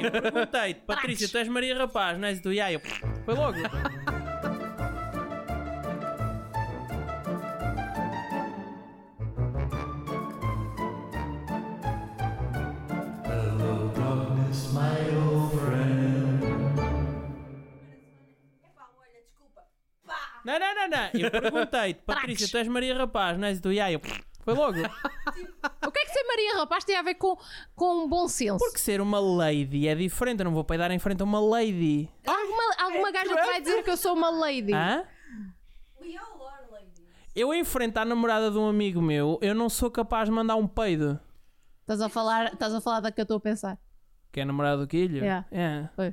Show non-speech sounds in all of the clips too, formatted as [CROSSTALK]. e perguntei-te, Patrícia, tu és Maria Rapaz, não és? E tu, "Ya", eu, foi logo. Epá, olha, desculpa. Pá! Não, não, não, não. Eu perguntei-te, Patrícia, tu és Maria Rapaz, não és? E tu, "Ya", eu, foi logo. O que é que ser Maria Rapaz tem a ver com, com um bom senso? Porque ser uma lady é diferente, eu não vou peidar em frente a uma lady. alguma alguma é gaja te vai dizer que eu sou uma lady. Hã? We all are ladies. Eu enfrento a namorada de um amigo meu, eu não sou capaz de mandar um peido. Estás, a falar, estás a falar da que eu estou a pensar. Que é namorada do Quilho? Yeah. É. Foi.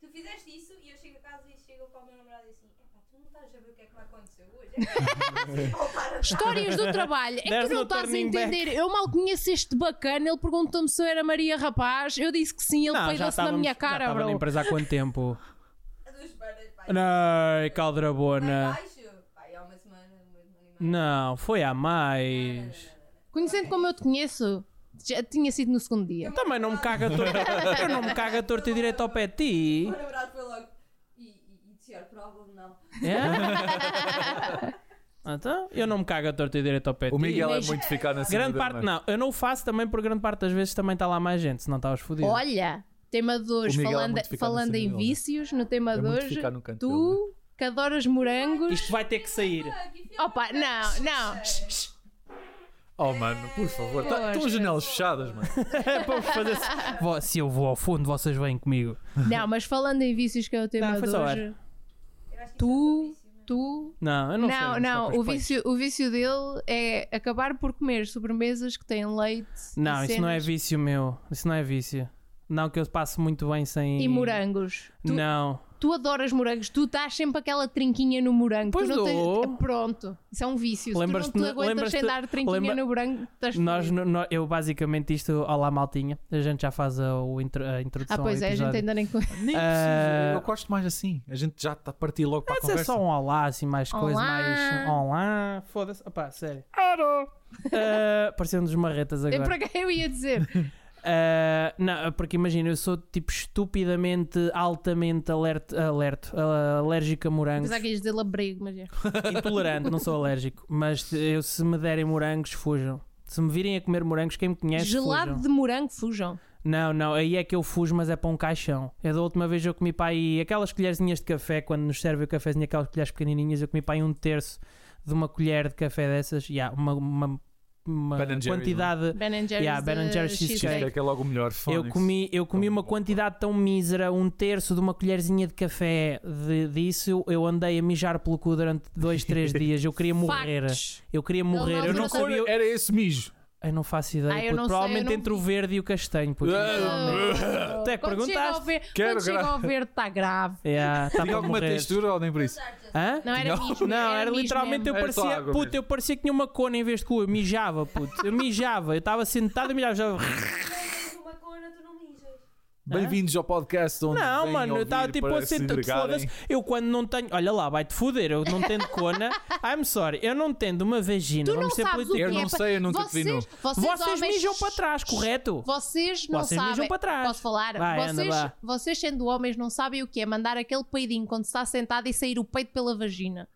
Tu fizeste isso e eu chego a casa e chego para o meu namorado e assim: Epá, tu não estás a ver o que é que vai acontecer hoje? Histórias do trabalho. É que There's tu não no estás a turning back. entender. Eu mal conheço este bacana. Ele perguntou-me se eu era Maria Rapaz. Eu disse que sim. Ele Não, já peidou-se na estávamos- minha já cara, estava na bro. empresa há [LAUGHS] quanto tempo? Há duas semanas, pai. Ai, Mais caldrabona. é baixo? Pai, há uma semana, um uma semana e meia. Não, foi há mais. Conhecendo como eu te conheço, já tinha sido no segundo dia. Também não me caga torto. [LAUGHS] Eu não me caga torto e direito ao pé de O ti. meu namorado foi logo. E, e, e it's your problem now. [LAUGHS] É? Então, eu não me caga torto e direito ao pé de O ti. Miguel é Mas- muito ficar na cena Grande dele, parte não. é? não. Eu não o faço também porque grande parte das vezes também está lá mais gente, senão estavas fodido. Olha, tema de hoje, O Miguel é falando, muito ficar no falando né? em cinema dele. vícios, no tema É de muito hoje, ficar no canto é? tu que adoras morangos. Isto vai ter que sair. Opa, não, não. Oh, mano, por favor. tá- Pois, Estão as pois. janelas fechadas, [LAUGHS] mano. Vamos fazer [LAUGHS] Vo- se eu vou ao fundo, vocês vêm comigo. Não, mas falando em vícios, que é o tema Não, foi de só hoje, é tu, tu. Não, eu não, sei. Não, onde está não, os o peitos. vício, o vício dele é acabar por comer sobremesas que têm leite. Não, e isso não é cenas vício meu. Isso não é vício. Não que eu passe muito bem sem. E morangos. Tu, Não. tu adoras morangos, tu estás sempre aquela trinquinha no morango. Pois tu não dou. Pronto, isso é um vício. Se tu não Lembras-te- te aguentas sem lembras-te- dar trinquinha lembra- no morango, estás Nós, fodido. no- no- eu basicamente isto. Olá, maltinha. A gente já faz a, o intro- a introdução. Ah, pois ao é, a gente um episódio. ainda nem Nem Ah. preciso. Eu gosto mais assim. A gente já está a partir logo para a Pode ser conversa. só um olá, assim, mais Olá. coisa, mais. um Olá. Foda-se. Opá, sério. Aro! Uh, Parecendo-nos marretas Eu [LAUGHS] agora. para quem eu ia dizer? Ah, não, porque imagina, eu sou tipo estupidamente, altamente alerta, alerto, ah, alérgico a morangos. Apesar que ias dizer labrego, mas é. Intolerante, não sou alérgico. Mas se- eu, se me derem morangos, fujam. Se me virem a comer morangos, quem me conhece, Gelado é fujam. de morango, fujam. Não, não, aí é que eu fujo, mas é para um caixão. Eu da última vez eu comi para aí aquelas colherzinhas de café, quando nos serve o cafezinho, aquelas colheres pequenininhas, eu comi para aí um terço de uma colher de café dessas. E há uma, uma, uma Ben and Jerry's, quantidade. Ben and Jerry's. Yeah, de Ben and Jerry's Cheesecake cheesecake. é logo o melhor. Eu Phonics. comi, eu comi Tão uma bom. quantidade tão mísera, um terço de uma colherzinha de café de- disso, eu andei a mijar pelo cu durante dois, [LAUGHS] três dias. Eu queria morrer. Factos. Eu queria morrer. não Eu não trouxe- sabia. Era esse mijo. Eu não faço ideia. Ah, eu puto. não sei, Provavelmente eu não entre o vi. verde e o castanho. Puto. Ah, Tu é que quando chega ao perguntaste. ver- Quero quando chega gra- ao verde está grave. Yeah, tá Tinha para alguma morrer. textura ou nem por isso? Hã? Não era Não. mijo, Não, era, mijo literalmente eu mesmo. Era só parecia, água puto, mesmo. eu parecia que tinha uma cona em vez de cu, eu mijava, puto. Eu mijava, eu estava sentado e mijava. já- Não tens uma cona, tu não mijas. Bem-vindos ao podcast onde Não, vêm mano, eu ouvir estava tipo para a se sentar entregarem. foda-se. Eu quando não tenho, olha lá, vai-te foder, eu não tendo [LAUGHS] cona. I'm sorry, eu não tendo uma vagina. Tu não vamos ser sabes o que politi- Eu não é, sei, eu nunca te vi vocês, nu. Vocês, Vocês homens- mijam para trás, correto? Vocês não Vocês mijam sabem. para trás. Posso falar? Vai, anda, vocês, vá. vocês, sendo homens, não sabem o que é mandar aquele peidinho quando se está sentado e sair o peito pela vagina.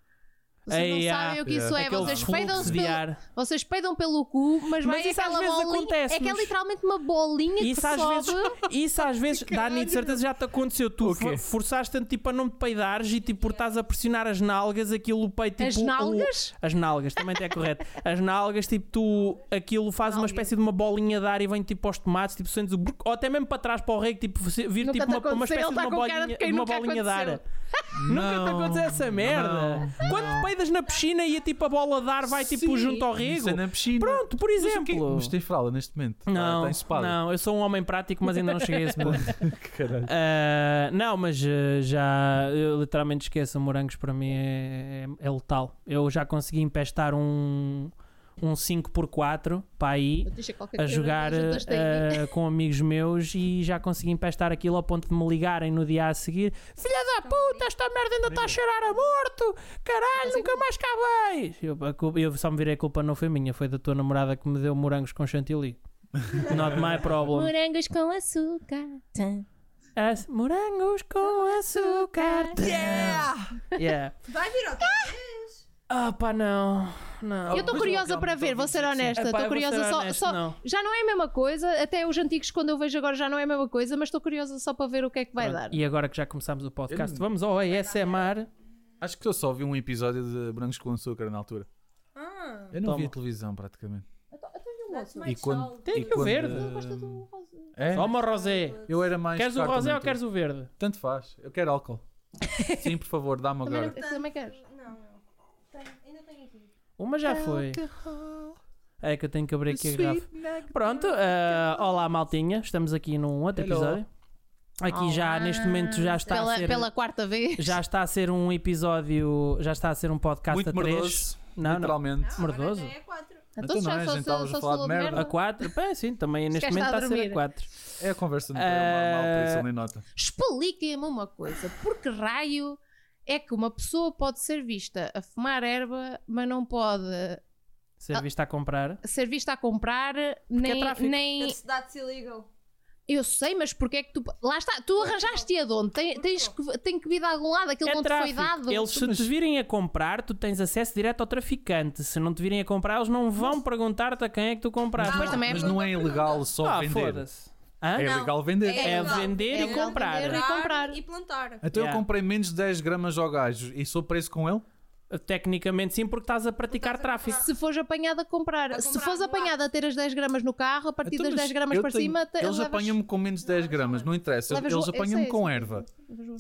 Vocês Ei, não ah, sabem o que isso é. aquele Vocês fluxo peidam, de pelo, ar. vocês peidam pelo cu, mas, Mas vai isso às aquela vezes bolinha. acontece-nos. É que é literalmente uma bolinha Isso que às, sobe. vezes, isso às vezes, Dani, de certeza já te aconteceu. Tu O quê? for- forçaste tanto tipo a não te peidares e tipo por estás a pressionar as nalgas, aquilo o peito tipo. É. As o- nalgas? as nalgas, também é correto. As nalgas, tipo, tu aquilo faz uma espécie de uma bolinha de ar e vem tipo aos tomates, tipo, sentes o bruc- ou até mesmo para trás para o rei, tipo, se- vir Nunca tipo te uma, uma aconteceu, espécie ele de uma tá com cara bolinha, de quem uma nunca bolinha de ar. aconteceu. Nunca te aconteceu essa merda. Quando te peidas na piscina e tipo a bola de ar vai tipo Sim, junto ao rego. isso é na piscina. Pronto, por Mas o quê? exemplo. Mas tem fralda neste momento. Ah, tá Não, Está ensopada. não, eu sou um homem prático, mas ainda não cheguei a esse ponto. [LAUGHS] Caralho. Ah, não, mas ah, já eu literalmente esqueço. Morangos para mim é, é- é letal. Eu já consegui empestar um, um 5x4 para aí Deixa qualquer a coisa, jogar juntas-te aí. ah, com amigos meus e já consegui empestar aquilo ao ponto de me ligarem no dia a seguir. Filha da puta, esta merda ainda está a cheirar a morto! Caralho, nunca mais cá vais! Eu, a culpa- eu só me virei a culpa não foi minha, foi da tua namorada que me deu morangos com chantilly. Not my problem. Morangos com açúcar. Tum. As morangos com açúcar. Yeah! Yeah. Vai vir outra vez. Ah, pá, não. Não. então, Eu estou Mas curiosa eu para realmente ver, ouvi vou ser isso. honesta. Epá, eu Estou vou curiosa ser só. honesto, só- não. Já não é a mesma coisa, até os antigos, quando eu vejo agora, já não é a mesma coisa, mas estou curiosa só para ver o que é que vai Pronto, dar. E agora que já começámos o podcast, Eu- vamos ao ASMR. Acho que eu só vi um episódio de Brancos com Açúcar na altura. Ah, Eu não Toma. vi a televisão praticamente. that's my E quando- child. É Tem E que o quando, verde. eh, Gosta do rosa. É? Toma, Rosé. Eu era mais. Queres o carta rosé ou mental. queres o verde? Tanto faz. Eu quero [LAUGHS] álcool. Sim, por favor, dá-me Também, agora. não- também queres? Não, não. Tenho, ainda tenho aqui. Uma já foi. É que eu tenho que abrir aqui a garrafa. Pronto, ah, olá maltinha, estamos aqui num outro Hello. episódio. Aqui já, Olá. neste momento, já está Pela, a ser... pela quarta vez. Já está a ser um episódio, já está a ser um podcast Muito a três. mordoso. Não, não. Literalmente. Não, agora Merdoso? já é quatro. Então, Então não já é, só, gente, só, estávamos só se a falar de falou de merda. merda. A quatro? Bem, sim, também neste gajo momento está está a a ser a dormir. quatro. É a conversa no Eh, normal, por isso nem nota. Expliquem-me uma coisa, por que raio é que uma pessoa pode ser vista a fumar erva, mas não pode Ah. Ser visto a comprar. ser vista a comprar, nem, é tráfico. nem- That's, that's illegal. eu sei, mas porque é que tu lá está, tu arranjaste a de onde? Tem, tens que, tem que vir de algum lado aquilo É onde foi tráfico. dado. Eles se te virem a comprar, tu tens acesso direto ao traficante. Se não te virem a comprar, eles não vão perguntar-te a quem é que tu compraste. Depois também é Ah, Mas não é ilegal só ah, vender. foda-se. Hã? É Não, ilegal vender. É ilegal. vender e ilegal comprar. vender E comprar. E plantar. Então Yeah. eu comprei menos de 10 gramas ao gajo e sou preso com ele? Ah, Tecnicamente sim, porque estás a praticar tráfico. se fores apanhada a comprar, A se comprar fores no lado. apanhada a ter as 10 gramas no carro, a partir Então, das mas 10 gramas eu para tenho- cima, te- Eles levas- apanham-me com menos de 10 gramas, não interessa. levas é Eles lo- eu apanham-me sei, com sei. erva.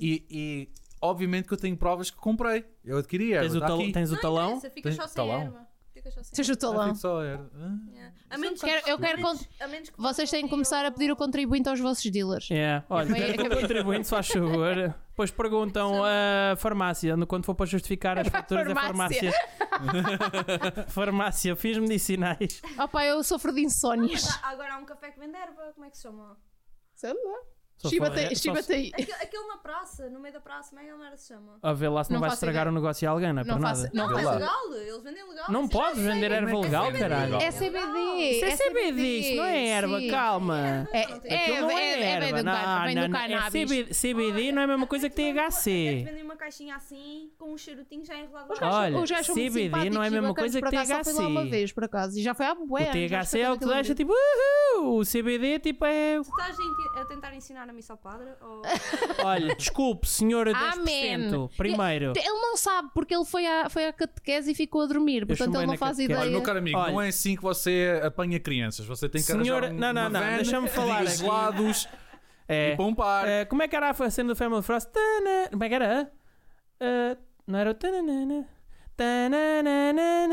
E, e, obviamente que eu tenho provas que comprei. Eu adquiri erva. Tens o, tá tal- aqui. tens o talão. Interessa, fica Tens só sem talão? erva. Fica só sem Seja o É Ah, talão. fico só erva. Ah. erva. A menos é que- Quero- eu quero con- a menos que Vocês têm que começar a pedir o contribuinte aos vossos dealers. Yeah. É. Olha, Foi- [LAUGHS] tens o contribuinte, se faz favor. Depois perguntam a farmácia, no- quando for para justificar [LAUGHS] as faturas da farmácia. Farmácia. [LAUGHS] farmácia, fiz medicinais. Opa, Oh, eu sofro de insónias. Mas há- Agora há um café que vende erva. Como é que se chama? Sei lá. Só fala- Chibatei- só- Chibatei. Aquele, aquele na praça, no meio da praça, como é que a merda se chama? A ver lá se não, Não vai faço estragar o ideia. negócio a alguém, não é Não por faço- nada. Não, Vê é lá. legal. Eles vendem legal. Não Vocês já podes sabem. vender erva Como é que legal, é caralho. legal? É CBD. Isso é CBD, isso não é erva, sim. calma. É, Aquilo não é, é- é erva. bem do não, can- vem não, do não, é cannabis. CBD, CBD não é a mesma coisa que Até te [LAUGHS] THC. vendem uma caixinha assim, com um charutinho já enrolado lá. gajos- Olha, Os gajos são muito CBD simpáticos não é a e mesma bacanas, coisa por que acaso, só fui lá uma THC. vez, por acaso. E já foi há bué. O THC é o que deixa tipo, uhul, o CBD tipo é. Tu estás a enti- a tentar ensinar a missa ao padre? Ou... Olha, desculpe, senhora 10%. Amém. Primeiro. Ele não sabe, porque ele foi à, foi à catequese e ficou a dormir. Portanto, chumbei ele não na faz catequese. Olha, ideia. meu caro amigo, Olha. não é assim que você apanha crianças. Você tem que Senhora- arranjar um, não, não, uma não, van, deixa-me que falar diga aqui. gelados É. e para um par. Eh, como é que era a cena do Family Frost? Tana- Como é que era? Eh, não era o. tananana? Tananana.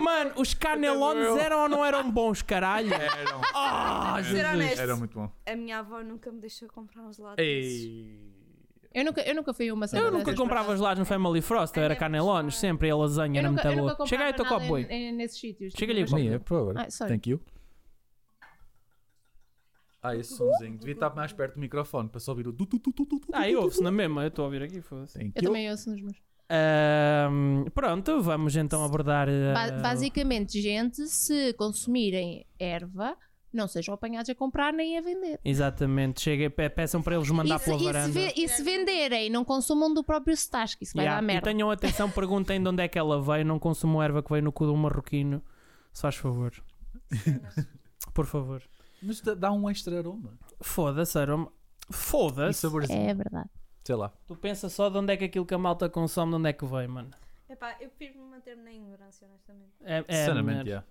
Mano, os canelones eram ou não eram bons, caralho? Eram, Ah, Ser honesto. eram muito bom. A minha avó nunca me deixou comprar uns lados. Eu nunca, eu nunca fui a uma cena Eu nunca dessas, comprava por acaso. os lados no Family Frost, eu era canelones, sempre e a lasanha É Eu era nunca, muito eu nunca boa. comprava Chega aí o teu nada copo, boi. em- em- nesses sítios. Chega-lhe o copo. Nem é, por favor. Ah, sorry. Thank you. Ah, esse somzinho. Devia estar mais perto do microfone para só ouvir o. du- du- du- du- du- du- Ah, e du- ouve-se na mesma, eu estou a ouvir aqui, foda-se. Thank Eu you. também ouço nos meus. Ahm, pronto, vamos então abordar. eh, Ba- basicamente, gente, se consumirem erva, não sejam apanhados a comprar nem a vender. Exatamente, chega, e pe- peçam para eles mandar E se, pela e se varanda. ve- e se venderem, não consumam do próprio stash, que isso vai Yeah, dar E merda. tenham [LAUGHS] atenção, perguntem de onde é que ela veio, não consumam erva que veio no cu de um marroquino. Se faz [LAUGHS] favor. Por favor. Mas dá- dá um extra aroma. Foda-se, aroma. E Foda-se. saborzinho. É verdade. Sei lá. Tu pensa só de onde é que aquilo que a malta consome, de onde é que vem, mano. Epá, eu prefiro me manter-me na ignorância, honestamente. É, é a Sinceramente, minha- yeah.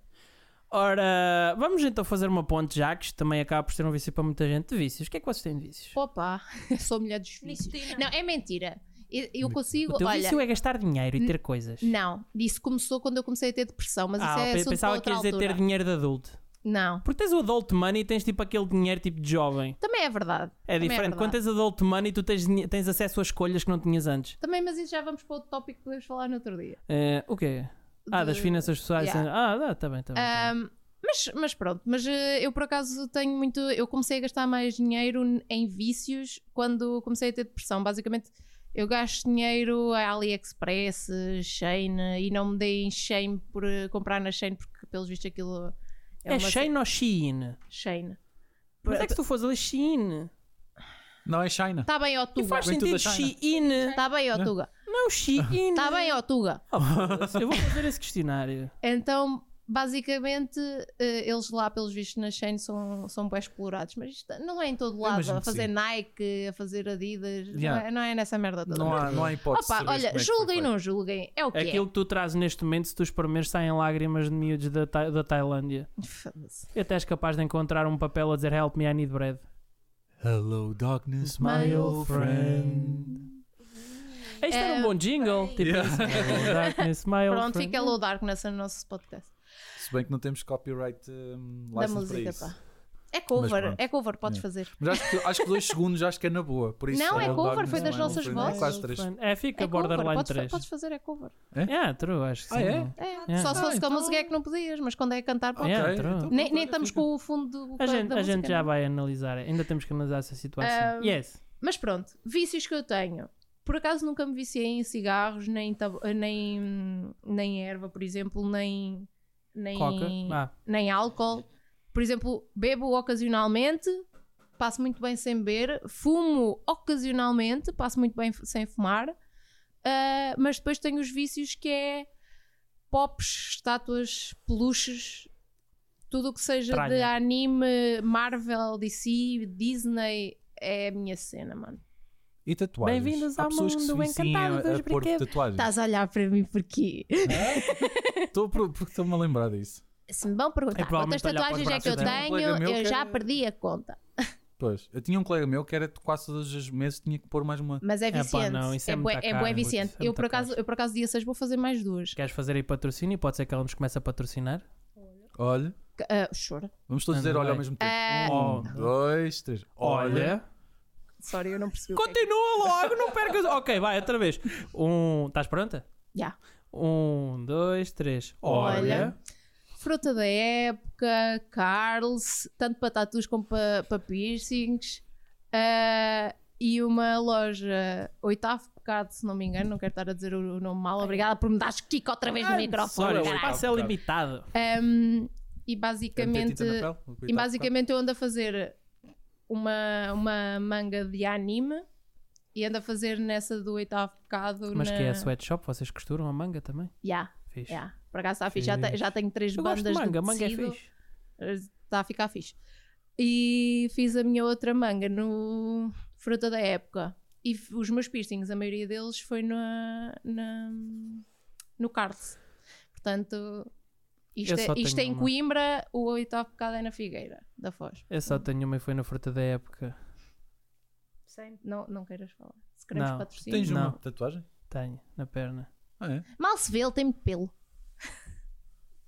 Ora, vamos então fazer uma ponte, já que isto também acaba por ser um vício para muita gente. Vícios, o que é que vocês têm de vícios? Opa, [LAUGHS] eu sou mulher dos vícios. Nicotina. Não, é mentira. Eu, eu consigo. O teu Olha, vício é gastar dinheiro e ter coisas. não, isso começou quando eu comecei a ter depressão, mas ah, isso é pe- assunto pensava que para queres outra dizer ter altura. dinheiro de adulto. Não, Porque tens o adult money e tens tipo aquele dinheiro tipo de jovem. também é verdade. É Também diferente. verdade. Quando tens adult money, tu tens, dinhe- tens acesso a escolhas que não tinhas antes. Também, mas isso já vamos para outro tópico que podemos falar no outro dia. É, o quê? Ah, das De- finanças sociais. Yeah. Ah, dá, tá bem, tá bem. tá bem. Ahm, mas, mas pronto, mas eh, eu por acaso tenho muito. Eu comecei a gastar mais dinheiro n- em vícios quando comecei a ter depressão. Basicamente, eu gasto dinheiro a AliExpress, Shane, e não me deem Shane por eh, comprar na Shane, porque pelos vistos aquilo É, uma Shein ou Shein? se- Shein. Mas é que se tu fores ali Shein. Não é China. Está Tá bem, ó E Tuga. faz Vem tudo sentido né? da China. Shein. Está bem, ó Tuga. Não, Shein. Está Tá bem, ó Tuga. Oh, foda-se, [LAUGHS] eu vou fazer esse questionário. Então, basicamente, eh, eles lá, pelos vistos, na Shein são, são bem explorados. Mas isto não é em todo lado. imagino A que fazer sim. Nike, a fazer Adidas. Yeah. Não, é, não é nessa merda toda. Não há, não há hipótese. de Opa, saberes olha, como é que foi julguem, feito. não julguem. É o que É Aquilo que tu trazes neste momento, se tu espremeres, saem lágrimas de miúdos da, Ta- da Tailândia. é. Foda-se. Eu até és capaz de encontrar um papel a dizer Help me, I need bread. Hello, darkness, my My old old friend. Ah, Isto era um bom jingle. Tipo Yeah. isso. [LAUGHS] Hello, darkness, é my old É, Pronto, friend. fica low dark nessa no nosso podcast. Se bem que não temos copyright um, da license para música, isso. pá. É Mas cover, pronto. é cover, podes Yeah. fazer. Mas acho que, acho que dois segundos acho que é na boa. Por isso Não, é Hello, cover, darkness, foi das my old nossas friend. É vozes. quase três. É, fica É cover, Borderline podes, fa- 3. podes fazer, é cover. Yeah, true, acho que Ah, sim. é? É. Yeah. Só se Ah, fosse com a então- música é que não podias, mas quando é cantar, Ok, podes. Yeah, true. então Nem, nem fica. estamos com o fundo do, A gente, é da a música, gente já não. vai analisar. Ainda temos que analisar essa situação. Ah, yes. Mas pronto, vícios que eu tenho. Por acaso nunca me viciei em cigarros, nem, tab- nem, nem erva, por exemplo, nem, nem, Coca. Ah, nem álcool. Por exemplo, bebo ocasionalmente, passo muito bem sem beber, fumo ocasionalmente, passo muito bem f- sem fumar, Ah, mas depois tenho os vícios que é pops, estátuas, peluches, tudo o que seja de Tralha. anime, Marvel, DC, Disney, é a minha cena, mano. E tatuagens. Bem-vindos Há ao pessoas que se mundo viciam encantado a- dos a pôr brinquedos. tatuagens. Estás a olhar para mim porquê? Estou por- porque estou-me a lembrar disso. Se me vão perguntar É provavelmente quantas olhar para os tatuagens é que eu braços dela. Um tenho, colega meu eu que já é era- perdi a conta. Pois. Eu tinha um colega meu que era quase todos os meses tinha que pôr mais uma. Mas é pá, viciante. não, isso é é, bué- muito é caro, bué viciante. muito- é eu, muito por acaso, eu, por acaso, dia 6 vou fazer mais duas. Queres fazer aí patrocínio? Pode ser que ela nos comece a patrocinar. Olha. Ah, choro. Vamos todos Não, dizer não olha ao vai. mesmo tempo. Ah. Um, dois, três. Olha. Sorry, eu não percebi. o que é que- Continua logo, não percas. ok, vai, outra vez. Um. Estás pronta? Já. Um, dois, três. Olha. Fruta da época, Carls, tanto para tatus como para, para piercings. Ah, e uma loja, oitavo pecado, se não me engano, não quero estar a dizer o o nome mal. Obrigada por me dares kick outra vez no microfone. Oh, Ah, Sorry, o caralho. espaço é limitado. Um, e Quer meter basicamente. tinta na pele? Coitado, E basicamente eu ando a fazer uma, uma manga de anime e ando a fazer nessa do oitavo bocado. Mas na... que é a sweatshop? Vocês costuram a manga também? Yeah, Fixe. yeah. Por acaso está fixe. Já, te- já tenho três Eu gosto bandas de manga, de manga é tecido. fixe. Está a ficar fixe. E fiz a minha outra manga no Fruta da Época. E f- os meus piercings, a maioria deles foi na, na- no Carlos. Portanto, isto, Eu é, só isto tenho é em uma. Coimbra, o oitavo bocado é na Figueira, da Foz. Eu só tenho uma e foi na fruta da época. Não, não queiras falar. Se queremos Não. patrocínio. Tens Não. uma tatuagem? Tenho, na perna. Ah, é? Mal se vê, ele tem muito pelo.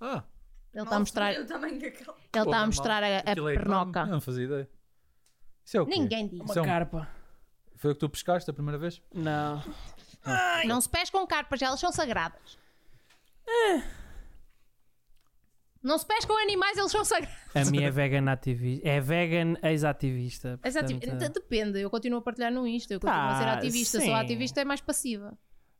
Ah. Ele está a mostrar, ele Eu também que aquela. está Porra, a, mostrar a, a aquilo é enorme. pernoca. Eu Não fazia ideia. Isso é o quê? Ninguém diz. Isso é um- carpa. Foi o que tu pescaste a primeira vez? Não. Não se pescam carpas, elas são sagradas. É. Não se pescam animais, eles são sagrados. A minha é vegan ativista. É vegan ex-ativista. Mas ati- portanto, Depende, eu continuo a partilhar no Insta, eu continuo a ser Ah, ativista. sim. Sou ativista é mais passiva.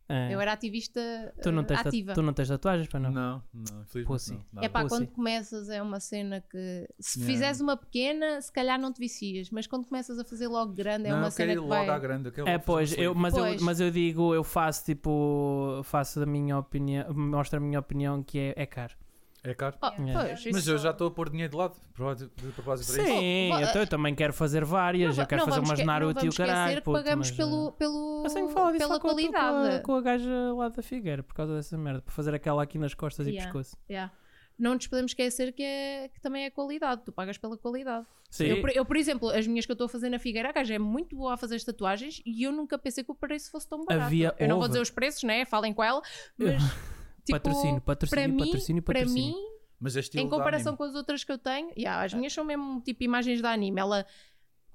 é. Eu era ativista tu, não eh, tens ativa. tu não tens tatuagens para não? Não, não, infelizmente Pussy. não. Ah, Nada. É pá, Ou quando assim. começas é uma cena que se Yeah. fizeres uma pequena, se calhar não te vicias, mas quando começas a fazer logo grande é não, uma eu quero cena ir que logo vai. à grande. Eu quero É, logo pois, fazer um eu, mas, Pois. Eu, mas eu digo, eu faço tipo, faço da minha opinião, mostro a minha opinião que é, é caro. sleep. É caro. Oh, Yeah. pois, Mas isso- eu já estou a pôr dinheiro de lado, por- de de propósito para isso. Sim, Oh, va- então eu também quero fazer várias, eu va- quero fazer vamos umas esque- não Naruto e o vamos esquecer caralho. que puto, pagamos mas, pelo, eh, pelo, Eu sempre falo disso pela lá com a- Com a, qualidade. com a gaja lá da Figueira, por causa dessa merda, para fazer aquela aqui nas costas Yeah. e pescoço. Yeah. Não nos podemos esquecer que, é- que também é qualidade. Tu pagas pela qualidade. Sim, Eu, por- eu, por exemplo, as minhas que eu estou a fazer na Figueira, a gaja é muito boa a fazer as tatuagens e eu nunca pensei que o preço fosse tão barato. Havia- eu não vou houve. dizer os preços, né? Falem com ela. [LAUGHS] Mas, tipo, patrocínio, para patrocínio, mim, patrocínio, para patrocínio. mim Mas é estilo em de comparação anime. com as outras que eu tenho, yeah, as minhas são mesmo tipo imagens de anime. Ela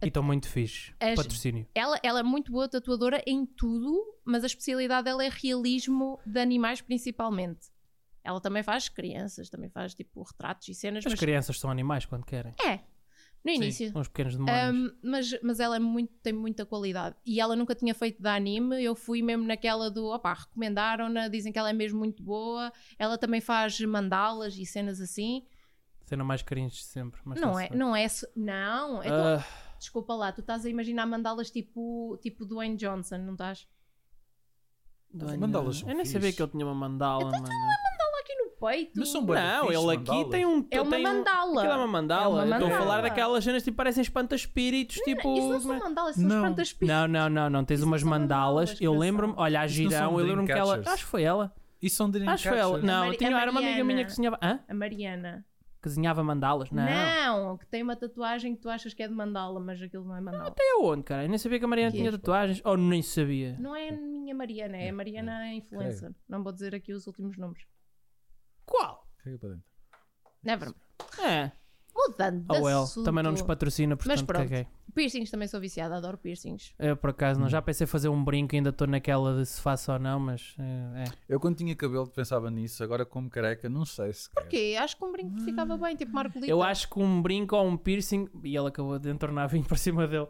E estão muito fixe. As- Patrocínio. Ela, ela é muito boa tatuadora em tudo, mas a especialidade dela é realismo de animais principalmente. Ela também faz crianças, também faz tipo retratos e cenas, As mas crianças são animais quando querem. é, no início. São os pequenos demônios. Um, mas, mas ela é muito- tem muita qualidade. E ela nunca tinha feito de anime. Eu fui mesmo naquela do opá, recomendaram-na, dizem que ela é mesmo muito boa. Ela também faz mandalas e cenas assim. Cena mais cringe de sempre. Mas Não tá-se é, bem. não é. su- Não, então, Ah, desculpa lá, tu estás a imaginar mandá-las tipo, tipo Dwayne Johnson, não estás? Dwayne, mandalas não. são Eu nem sabia fixe. que ele tinha uma mandala, mano. Aqui no peito. Mas são bué da Não, fixe, ele aqui mandalas. tem um. É uma tem um- mandala. Aquilo é uma mandala. É uma Eu estou a falar mandala. daquelas cenas que parecem espanta-espíritos, tipo. Isso não como é- são mandalas, são Não. espantas Não, não, não, não. Tens Isso umas são mandalas, mandalas. Eu engraçado. lembro-me, olha, a Isto não girão, são eu lembro-me que ela. dreamcatchers. Acho que foi ela. Isso são Acho que foi ela. Dreamcatchers. Não, Mari- tinha, a era uma amiga minha que Mariana. desenhava. Hã? A Mariana. Que desenhava mandalas? Não. Não, que tem uma tatuagem que tu achas que é de mandala, mas aquilo não é mandala. Até onde, cara? Eu nem sabia que a Mariana Que tinha és, pá. tatuagens. Ou nem sabia. Não é a minha Mariana, é a Mariana Influencer. Não vou dizer aqui os últimos nomes. Qual? Caga para dentro. Never. mind. É. Mudando de Oh, well. assunto. Também não nos patrocina, Mas portanto, pronto. caguei. Piercings também sou viciada, adoro piercings. Eu, por acaso, não. Já pensei fazer um brinco, ainda estou naquela de se faço ou não, mas. eh, É. Eu quando tinha cabelo pensava nisso, agora como careca, não sei se quero. Porquê? Acho que um brinco ficava bem, tipo Marcolita. Eu acho que um brinco ou um piercing. E ele acabou de entornar vinho para cima dele.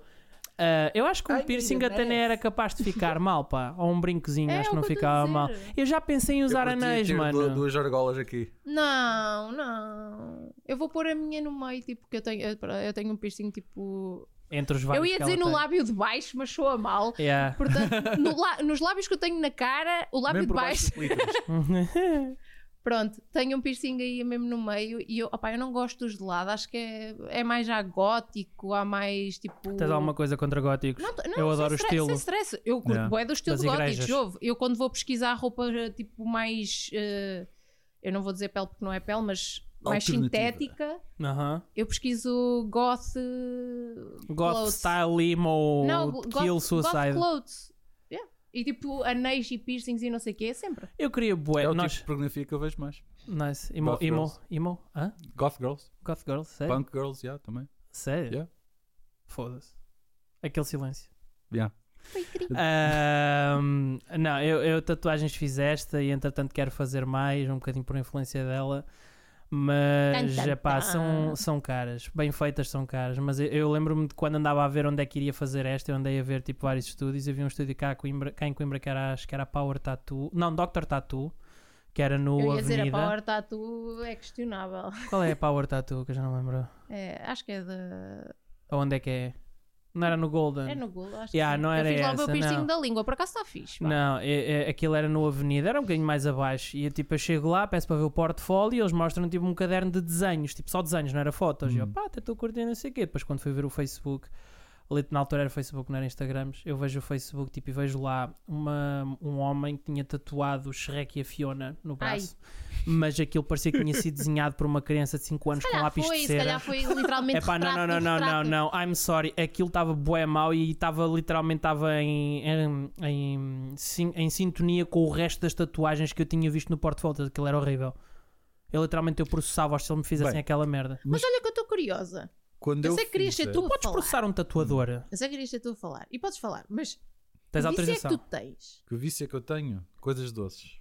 Ah, eu acho que um Ai, piercing mira, até nem merece. era capaz de ficar mal, pá. Ou um brincozinho, É, acho é o que não que eu tô a ficava mal. dizer. Eu já pensei em usar eu curtia anéis, ter du- mano. Duas argolas aqui. Não, não. Eu vou pôr a minha no meio, tipo, que eu tenho, eu tenho um piercing tipo. Entre os vários. eu ia que dizer ela no tem. lábio de baixo, mas soa mal. Yeah. Portanto, no lá- nos lábios que eu tenho na cara, o lábio de Mesmo por baixo. baixo do [LAUGHS] clítoris. Pronto, tenho um piercing aí mesmo no meio e eu, opá, eu não gosto dos de lado, acho que é, é mais já gótico, há mais tipo. Tens alguma coisa contra góticos? Não, não, Eu adoro o sem stre- estilo. Sem stress. Eu curto Yeah. bué do estilo Das igrejas. gótico. Ouve, eu quando vou pesquisar roupa tipo mais. eh, eu não vou dizer pele porque não é pele, mas mais Alternativa. sintética. Aham. Eu pesquiso goth. eh, Goth clothes. Style Limo Não, go- Kill goth, Suicide. Goth clothes. Yeah. E tipo anéis e piercings e não sei o quê, sempre. eu queria bué. É o nós... tipo de pornografia que eu vejo mais. Nice. Emo, Goth emo, girls. emo. Hã? Goth Girls, Goth Girl? Sério? Punk Girls, yeah, também. Sério? Yeah. Foda-se. Aquele silêncio. Yeah. Foi incrível. Ahm, não, eu, eu tatuagens fiz esta e entretanto quero fazer mais, um bocadinho por influência dela. Mas, Tan, tan, epá, tan. são, são caras. Bem feitas são caras. Mas eu, eu lembro-me de quando andava a ver onde é que iria fazer esta. Eu andei a ver, tipo, vários estúdios. Havia um estúdio cá, a Coimbra- cá em Coimbra que era, acho que era a Power Tattoo. Não, Doctor Tattoo. Que era no Eu ia dizer, a Avenida. power tattoo é questionável. Qual é a Power Tattoo? Que eu já não lembro. É, acho que é da. Onde é que é? Não era no Golden? É no Google, acho Yeah, que sim. não era Eu fiz lá o meu essa, piercing não. da língua, por acaso está fixe. pá. Não, é- é- aquilo era no Avenida, era um bocadinho mais abaixo. E eu, tipo, eu chego lá, peço para ver o portfólio e eles mostram tipo um caderno de desenhos, tipo só desenhos, não era fotos. Hum. E eu, pá, até estou curtindo, não sei o quê. Depois, quando fui ver o Facebook, ali, na altura era Facebook, não era Instagrams, eu vejo o Facebook tipo, e vejo lá uma, um homem que tinha tatuado o Shrek e a Fiona no braço. Mas aquilo parecia que tinha sido desenhado por uma criança de 5 anos Se com calhar lápis foi, de se cera. calhar foi literalmente Epá, não, não, retrato não, não, e não, retrato. não, I'm sorry. Aquilo estava bué mau e estava literalmente estava em, em, em, sin- em sintonia com o resto das tatuagens que eu tinha visto no portfólio. Aquilo era horrível. Eu literalmente eu processava se ele me fizessem Bem, aquela merda. Mas olha que eu estou curiosa. Quando Eu eu sei que querias fiz, ser eh, tu a Podes falar. processar um tatuador. Eu sei que querias ser tu a falar. E podes falar, mas Tens que vício é que autorização. tu tens? Que vício é que eu tenho? Coisas doces.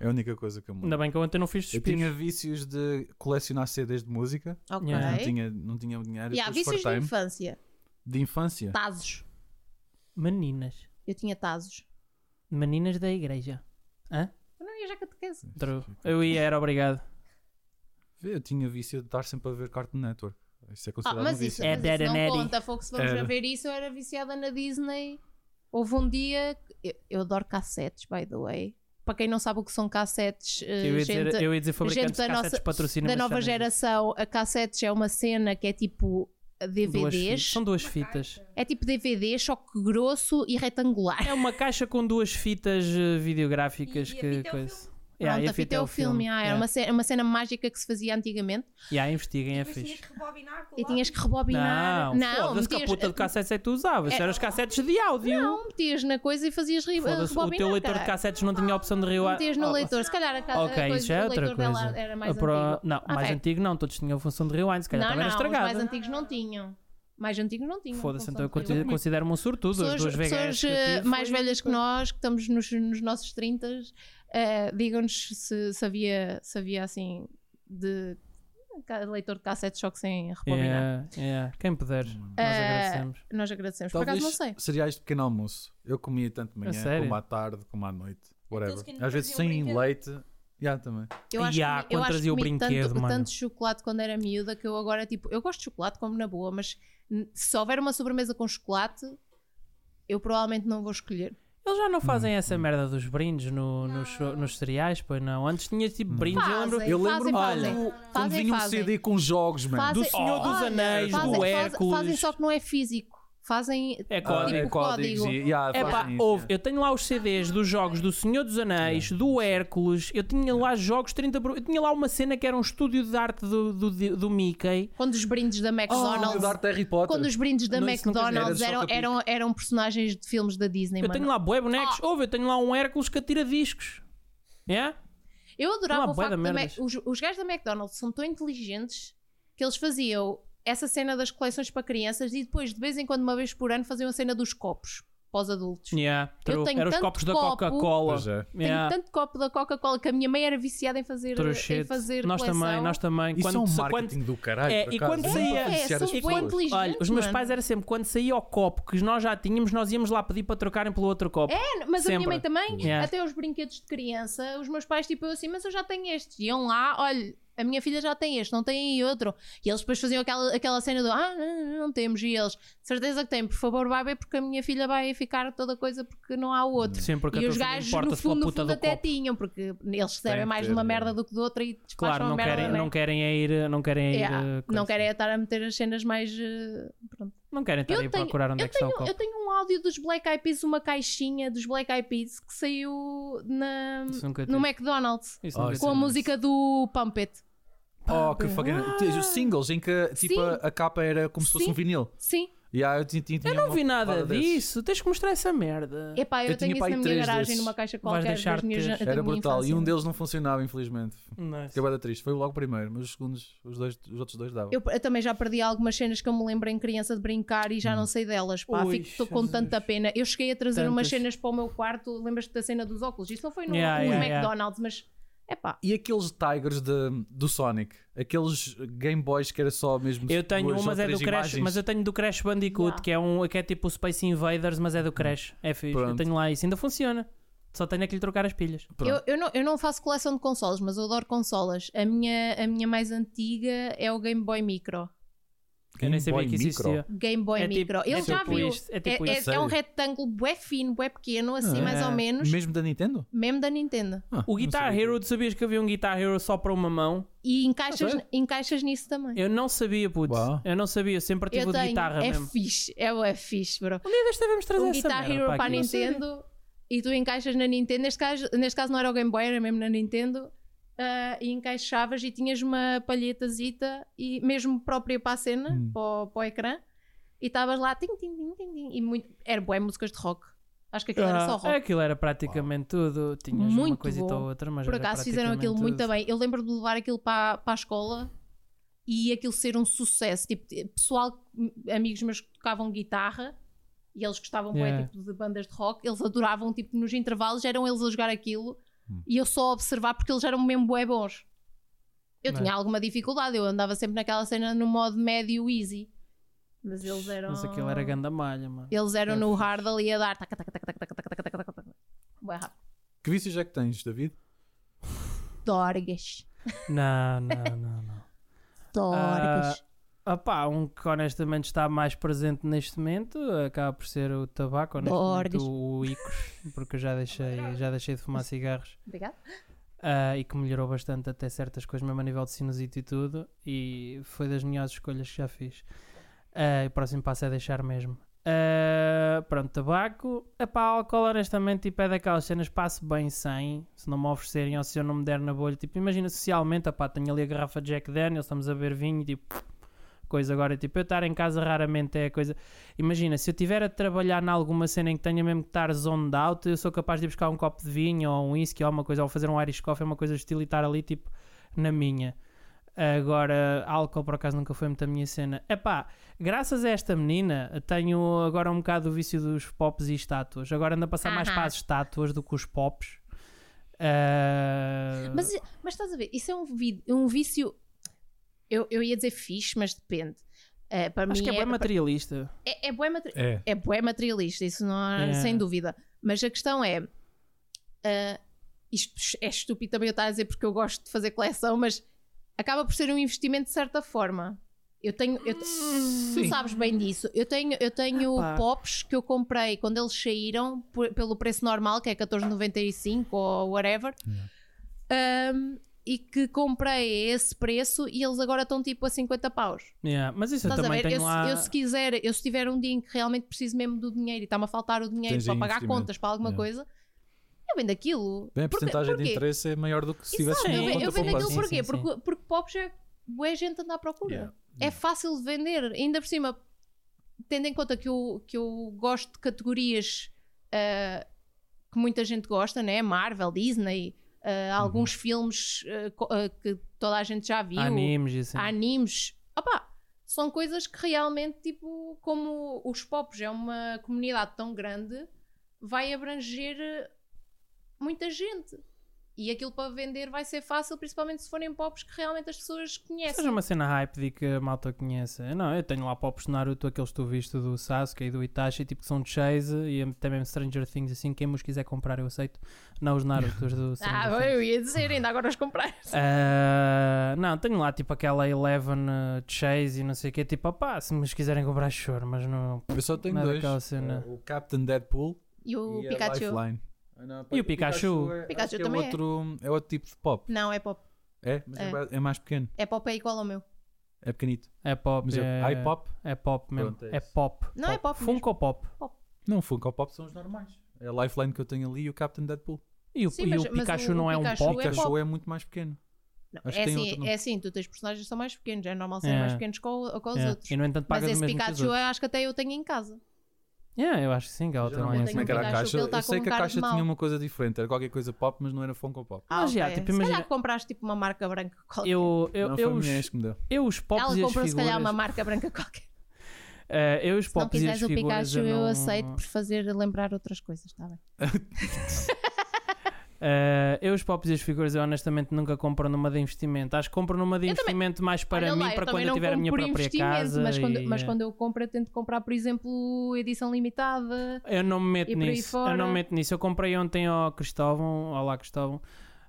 É a única coisa que eu mudo. Ainda bem que eu ontem não fiz Eu suspiros. tinha vícios de colecionar CDs de música. Ok. Yeah. Não, tinha, não tinha dinheiro. E há Yeah, vícios de de, infância. Tá. infância. Tazos. Meninas. Eu tinha tazos. Meninas da igreja. Eu não ia já catequese. True. Eu ia, era obrigado. Eu tinha vício de estar sempre a ver Cartoon Network. Isso é Ah, considerado um mas isso, vício. É mas isso dead and não Eddie. conta. Fogo, se vamos Era. a ver isso, eu era viciada na Disney. Houve um dia... que- Eu, eu adoro cassetes, by the way. Para quem não sabe o que são cassetes, eh, Eu ia gente, dizer, eu ia dizer gente fabricantes de da cassetes nossa patrocina da mas já nova não existe. geração, a cassetes é uma cena que é tipo Duas DVDs. fitas. São duas fitas. É tipo DVD, só que grosso e retangular. É uma caixa com duas fitas eh, videográficas E- e a que fita é o coisa. filme. Yeah, e Pronto, a fita é o filme. ah, Era yeah. uma cena, uma cena mágica que se fazia antigamente Yeah, investiguem, é Mas tinhas fixe. que rebobinar com o e tinhas que lápis. rebobinar. Não, foda-se que a metias, puta de cassetes é que tu usavas. É- Eram os cassetes de áudio. não, metias na coisa e fazias re- Foda-se, rebobinar. o teu leitor de caralho. cassetes não tinha a opção de rebobinar. Metias no leitor. Se calhar a, ca- a Ok, coisa isso já é do outra leitor dela coisa. era mais A pro- antigo. Não, mais Ok. antigo não. Todos tinham a função de rewind. Se calhar Não, também não, era os mais estragada. antigos não tinham. Mais antigos não tinham. Foda-se, então eu função de rebobinar. conti- considero-me um sortudo. As duas pessoas, VHS pessoas, que eu eh, tive mais foi- velhas que nós, que estamos nos, nos nossos 30, eh, digam-nos se, se, havia, se havia assim de ca- leitor de cassete choque sem É. rebobinar. Yeah, yeah. Quem puder, nós Eh, agradecemos. Nós agradecemos. Por Talvez acaso não sei. cereais de pequeno almoço. Eu comia tanto de A manhã, sério? como à tarde, como à noite. Whatever. Aqueles que ainda Às vezes faziam sem brinquedo. leite. Yeah, também. Eu acho Ya, que, comi- eu quando acho que trazia o comi brinquedo, tanto, mano. tanto chocolate quando era miúda que eu agora, tipo, eu gosto de chocolate, como na boa, mas n- se houver uma sobremesa com chocolate, eu provavelmente não vou escolher. Eles Hum, já não fazem essa merda dos brindes no- nos, cho- nos cereais, pois não. Antes tinha tipo brindes, eu lembro. Fazem, Eu lembro fazem, quando, fazem. quando Fazem, vinha um fazem. CD com jogos, mano. Fazem- Do Senhor dos olha, Anéis, fazem, do fazem- Hércules. Fazem só que não é físico. Fazem. É Ah, código. tipo é códigos código. e- yeah, É pá, fazem isso, É. houve, yeah. eu tenho lá os CDs dos jogos do Senhor dos Anéis, do Hércules, eu tinha lá jogos 30 bru- eu tinha lá uma cena que era um estúdio de arte do, do, do Mickey. Quando os brindes Oh, da Ah, o McDonald's. Darth Harry Potter. quando os brindes da Não, isso nunca vi. McDonald's Era só eram, capítulo. eram, eram personagens de filmes da Disney. Eu mano. tenho lá bué bonecos, Oh! houve, eu tenho lá um Hércules que atira discos. É? Eu adorava Não há o bué facto de da Mac- merdas. os, os gajos da McDonald's são tão inteligentes que eles faziam essa cena das coleções para crianças e depois, de vez em quando, uma vez por ano, faziam a cena dos copos para os adultos. Yeah, Eu true. tenho Era os tanto copos da copo. Coca-Cola. Pois é. Tenho Yeah. tanto copo da Coca-Cola que a minha mãe era viciada em fazer, em Trouxete. fazer Nós coleção. também, nós também. Isso é um se- marketing do caralho, É, por e acaso. quando Não saía- para É, beneficiar são as bué pessoas. inteligentes. inteligente, Olha, os meus mano. pais era sempre quando saía o copo que nós já tínhamos, nós íamos lá pedir para trocarem pelo outro copo. É, Mas a minha Sempre. mãe também, Yeah. até os brinquedos de criança, os meus pais, tipo, eu assim, mas eu já tenho estes. Iam lá, olha, a minha filha já tem este, não tem aí outro. E eles depois faziam aquela, aquela cena do, ah, não, não, não temos. E eles, certeza que tem, por favor, vai ver, porque a minha filha vai ficar toda coisa porque não há outro. Sim, Hum. porque E a os tua filha gajos, no importa-se pela fundo, no puta fundo do até copo. tinham, porque eles recebem que mais ter, de uma é. merda do que de outra e despacham né? Claro, não a merda. querem, da não merda. querem é ir, não querem é ir. Yeah, eh, não coisa. querem é estar a meter as cenas mais. eh, Pronto. Não querem estar Eu aí a tenho- procurar onde é eu, que está o tenho, copo. eu tenho um áudio dos Black Eyed Peas, uma caixinha dos Black Eyed Peas que saiu na, Isso nunca no tive. McDonald's Isso Oh, nunca isso com a Sim. música do Pump It. Oh, que fucking. Tens Ah. os singles em que tipo, a, a capa era como se fosse Sim. um vinil. Sim. Yeah, eu, tinha, tinha, tinha Não vi nada porrada desses. disso. Tens que mostrar essa merda. Epá, eu, tenho Eu tinha isso pai na minha três garagem desses. numa caixa Vais qualquer. deixar das minhas- ter. da Era minha brutal. E infância. um deles não funcionava, infelizmente. Nice. Fiquei bada triste. Foi logo o primeiro, mas os segundos, os, dois, os outros dois davam. Eu, eu também já perdi algumas cenas que eu me lembro em criança de brincar e Hum. já não sei delas. Pá, Ui, fico estou com Jesus. tanta pena. Eu cheguei a trazer umas Tantas. cenas para o meu quarto. Lembras-te da cena dos óculos? Isso não foi no, Yeah, no yeah, yeah. McDonald's, mas é pá. E aqueles Tigers de- do Sonic? Aqueles Game Boys que era só mesmo. Eu tenho duas um, ou mas é do três Crash, imagens. mas eu tenho do Crash Bandicoot, Yeah. que é um, que é tipo o Space Invaders, mas é do Crash. É fixe. Eu Pronto. tenho lá isso, ainda funciona. Só tenho é que lhe trocar as pilhas. Pronto. Eu, eu não, eu não faço coleção de consolas, mas eu adoro consolas. A minha, a minha mais antiga é o Game Boy Micro. eu nem sabia Boy que isso Micro. existia. Game Boy É tipo- Micro. Ele é já tipo viu. isto, é tipo é, isto. é um Sério? retângulo bué fino, bué pequeno, assim Ah, mais ou é. menos. Mesmo da Nintendo? Mesmo da Nintendo. Ah, O não Guitar sabia. Hero, tu sabias que havia um Guitar Hero só para uma mão? E encaixas, Ah, sério? encaixas nisso também. Eu não sabia, puto. Uau. Eu não sabia, eu sempre tive Eu o de tenho. guitarra é mesmo. fixe. É, o- é fixe, bro. Um dia deste devemos trazer Um essa Guitar merda é Hero para a aqui. Nintendo e tu encaixas na Nintendo. Neste caso, neste caso não era o Game Boy, era mesmo na Nintendo. ah, e encaixavas e tinhas uma palhetazita e mesmo própria para a cena, Hum. para, o, para o ecrã. E estavas lá, tim, tim, tim, tim, tim, e muito, era boé músicas de rock. Acho que aquilo era só Ah, rock. aquilo era praticamente tudo. Tinhas uma Muito coisita bom. ou outra, mas Por era acaso fizeram praticamente aquilo muito tudo. bem. Eu lembro de levar aquilo para, para a escola e aquilo ser um sucesso. Tipo, pessoal, amigos meus que tocavam guitarra e eles gostavam bué, Yeah. tipo, de bandas de rock, eles adoravam, tipo, nos intervalos eram eles a jogar aquilo e eu só a observar porque eles eram mesmo bué bons. Eu Não é? tinha alguma dificuldade, eu andava sempre naquela cena no modo médio easy. Mas eles eram. Mas aquilo era ganda malha, mano. Eles eram É no fixe. hard ali a dar. Taca, taca, taca, taca, taca, taca, taca, taca, taca, taca. Bué rápido. Que vícios é que tens, David? Dorgas. Não, não, não, [LAUGHS] não. Dorgas. Ah, pá, um que honestamente está mais presente neste momento acaba por ser o tabaco, honestamente, Borges. o, o Icos, porque eu já deixei, já deixei de fumar cigarros Obrigada. ah, e que melhorou bastante até certas coisas, mesmo a nível de sinusite e tudo, e foi das melhores escolhas que já fiz. Ah, e o próximo passo é deixar mesmo. Ah, pronto, tabaco. Epá, álcool, honestamente, tipo, é daquelas cenas, passo bem sem, se não me oferecerem ou se eu não me der na bolha. Tipo, imagina socialmente, epá, tenho ali a garrafa de Jack Daniels, estamos a beber vinho, tipo, coisa agora. Tipo, eu estar em casa raramente é a coisa. Imagina, se eu tiver a trabalhar em alguma cena em que tenha mesmo que estar zoned out, eu sou capaz de ir buscar um copo de vinho ou um whisky ou uma coisa, ou fazer um Irish coffee, uma coisa do estilo e estar ali, tipo, na minha. Agora, álcool por acaso nunca foi muito a minha cena. Epá, graças a esta menina, tenho agora um bocado o vício dos pops e estátuas. Agora ando a passar mais Aham. para as estátuas do que os pops. Ah, Mas, mas estás a ver, isso é um, vi- um vício. Eu, eu ia dizer fixe, mas depende. Eh, para acho mim que é bem é, materialista. é, é bué materi- É. é bué materialista, isso não há- É. sem dúvida. Mas a questão é: ah, isto é estúpido também eu estar a dizer porque eu gosto de fazer coleção, mas acaba por ser um investimento de certa forma. Eu tenho. eu te- tu sabes bem disso. Eu tenho, eu tenho Ah, pá. pops que eu comprei quando eles saíram por- pelo preço normal, que é 14,95 ou whatever. ahm, e que comprei a esse preço e eles agora estão tipo a 50 paus. Yeah, mas isso eu Estás a também ver? Eu, tenho se- lá. eu se quiser, eu se tiver um dia em que realmente preciso mesmo do dinheiro e está-me a faltar o dinheiro Tens para aí pagar investimento. contas, para alguma Yeah. coisa, eu vendo aquilo. Bem, a Porquê- porcentagem de porquê? interesse é maior do que se tivesse Exato, uma eu, ve- conta eu vendo poupança. aquilo Sim, porquê? sim, sim. Porque, porque Pops é boa gente anda à procura. Yeah. É fácil de vender. Ainda por cima, tendo em conta que eu, que eu gosto de categorias ah, que muita gente gosta, né? Marvel, Disney, ah, alguns Uhum. filmes ah, co- ah, que toda a gente já viu, Animes e assim. animes. Opa, são coisas que realmente, tipo, como os Pops é uma comunidade tão grande, vai abranger eh, muita gente. E aquilo para vender vai ser fácil, principalmente se forem pops que realmente as pessoas Seja conhecem. uma cena hype de que a malta conheça. Não, eu tenho lá pops de Naruto, aqueles que tu viste do Sasuke e do Itachi, tipo que são de Chase e também Stranger Things, assim, quem me os quiser comprar eu aceito. Não os Narutos [LAUGHS] do Ah, Stranger Things. eu ia dizer, ainda agora os comprar. Ah, não, tenho lá tipo aquela Eleven eh, de Chase e não sei o que, tipo, opá, se me quiserem comprar choro, mas não. Eu só tenho Nada dois: daquela cena. o Captain Deadpool E o e a Pikachu. Lifeline. Ah, não, pá, E o Pikachu? é- acho Pikachu que é também é. outro, é outro tipo de pop. Não, é pop. É, mas é. É. ba- é mais pequeno. É pop, é igual ao meu. É pequenito. É pop. Mas é, é, é pop? é pop mesmo. Pronto, é é, isso. pop. Não, é pop mesmo. Funko Pop. Não, o Funko Pop são os normais. É a Lifeline que eu tenho ali e o Captain Deadpool. E o, Sim, e mas- o mas Pikachu o- o não é um Pikachu pop? O é Pikachu pop. é muito mais pequeno. Não, Acho é, que tem assim, outro nome. é assim, tu tens personagens que são mais pequenos. É normal serem É. mais pequenos com, com os É. Yeah. outros. E no entanto Mas pagas o esse mesmo que os Pikachu é- eu outros. acho que até eu tenho em casa. Yeah, eu acho que sim, que ela Já não também é lembro tenho assim. como é que era a Pikachu, caixa. ele tá Eu sei com que a cara de caixa mau. tinha uma coisa diferente. Era qualquer coisa pop, mas não era Funko Pop. Mas já, Ah, ok. tipo, se imagina- calhar compraste tipo uma marca branca qualquer. Eu, eu, não foi eu, a os, minha ex que me deu. eu os pops Ela e as comprou se calhar uma figuras. marca branca qualquer. eh, eu os Se não pops e as quiseres o figuras. Pikachu, eu não- aceito por fazer lembrar outras coisas, está bem? Eh, eu os pops e as figuras, eu honestamente nunca compro numa de investimento. Acho que compro numa de Eu também- investimento mais para Olha mim, lá, eu para também quando eu não tiver a compro minha por própria investimento, casa. mas, quando, e, mas eh, quando eu compro, eu tento comprar, por exemplo, edição limitada. Eu não me meto E por aí nisso. Eu fora. não me meto nisso. Eu comprei ontem ao Cristóvão. Olá, Cristóvão.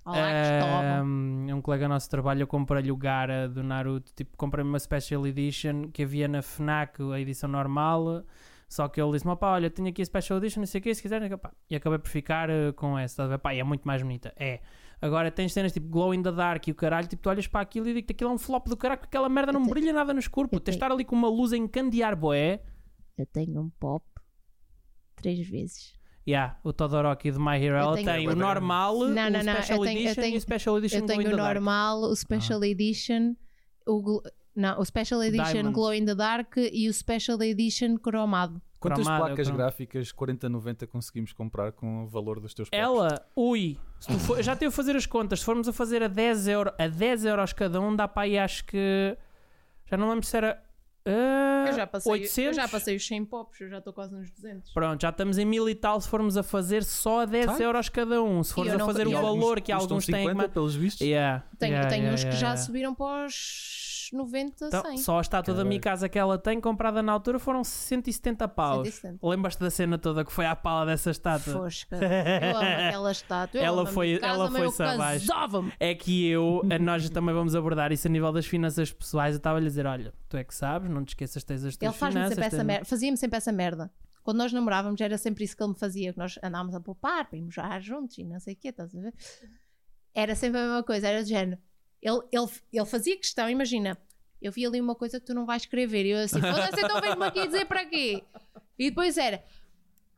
Olá, Ah, Cristóvão. Um, um colega nosso de trabalho, eu comprei-lhe o Gara do Naruto. Tipo, comprei-me uma Special Edition que havia na Fnac, a edição normal. Só que ele disse-me, opá, olha, tenho aqui a Special Edition, não sei o que, se quiserem, opá. E acabei por ficar eh, com essa, estás a ver? Pá, e é muito mais bonita. É. Agora tens cenas tipo Glow in the Dark e o caralho, tipo, tu olhas para aquilo e digo-te aquilo é um flop do caralho, porque aquela merda não brilha nada no escuro. puto. Tens de estar ali com uma luz a encandear, boé. Eu tenho um pop três vezes. Yeah, o Todoroki de My Hero. Eu Ela tenho- tem o Não, normal, não, não, o eu Special tenho- eu Edition e tenho- o Special Edition Eu tenho Glow o in the Dark. Ah. normal, o Special Edition, o gl- não, o Special Edition Diamond. Glow in the Dark e o Special Edition cromado. Quantas Cromado, placas cromo. gráficas 4090 conseguimos comprar com o valor dos teus pops? Ela, ui, se tu [LAUGHS] for- já teve a fazer as contas. Se formos a fazer a 10, euro, a 10 euros cada um, dá para aí, acho que. Já não lembro se era. ah, Eu já passei, 800? eu já passei os 100 pops, eu já estou quase nos 200. Pronto, já estamos em mil e tal. Se formos a fazer só a 10 Tá. euros cada um, se fores eu a não- fazer e o alguns valor que custam alguns têm. é 50, que ma- pelos vistos. Yeah, Tenho, yeah, tenho yeah, uns que yeah, já yeah. subiram para os 90, Então, 100. só a estátua da minha casa que ela tem, comprada na altura, foram 170 paus. 170. Lembras-te da cena toda que foi à pala dessa estátua? [LAUGHS] Fosca. Eu amo aquela estátua. Eu Ela amo a foi- minha casa, ela mas foi eu savage. casava-me. é que eu, a- nós também vamos abordar isso a nível das finanças pessoais. Eu estava a lhe dizer: olha, tu é que sabes, não te esqueças, tens as Ele tuas faz-me finanças. sempre essa tens- merda. Fazia-me sempre essa merda. Quando nós namorávamos, era sempre isso que ele me fazia, que nós andávamos a poupar, para irmos já juntos e não sei o quê, estás a ver? Era sempre a mesma coisa, era do género. Ele, ele, ele fazia questão, imagina, eu vi ali uma coisa que tu não vais escrever. E eu assim, foda-se, então vens-me aqui dizer para quê? E depois era,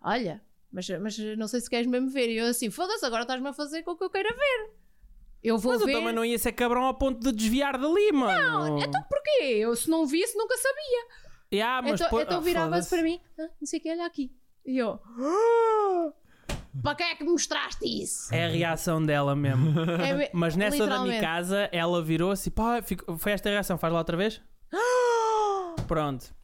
olha, mas, mas não sei se queres mesmo ver. E eu assim, foda-se, agora estás-me a fazer com o que eu queira ver. Eu vou Mas eu ver. também não ia ser cabrão ao ponto de desviar dali, mano. Não, Então porquê? Eu se não visse, nunca sabia. yeah, mas então pô- então ah, foda-se. virava-se para mim, "Ah, não sei o que, olha aqui. E eu, "Ah, para que é que me mostraste [LAUGHS] isso? É a reação dela [LAUGHS] mesmo. É me- Mas nessa da minha literalmente. casa, ela virou-se e pá, ficou- foi esta reação, faz lá outra [GASPS] vez? Pronto.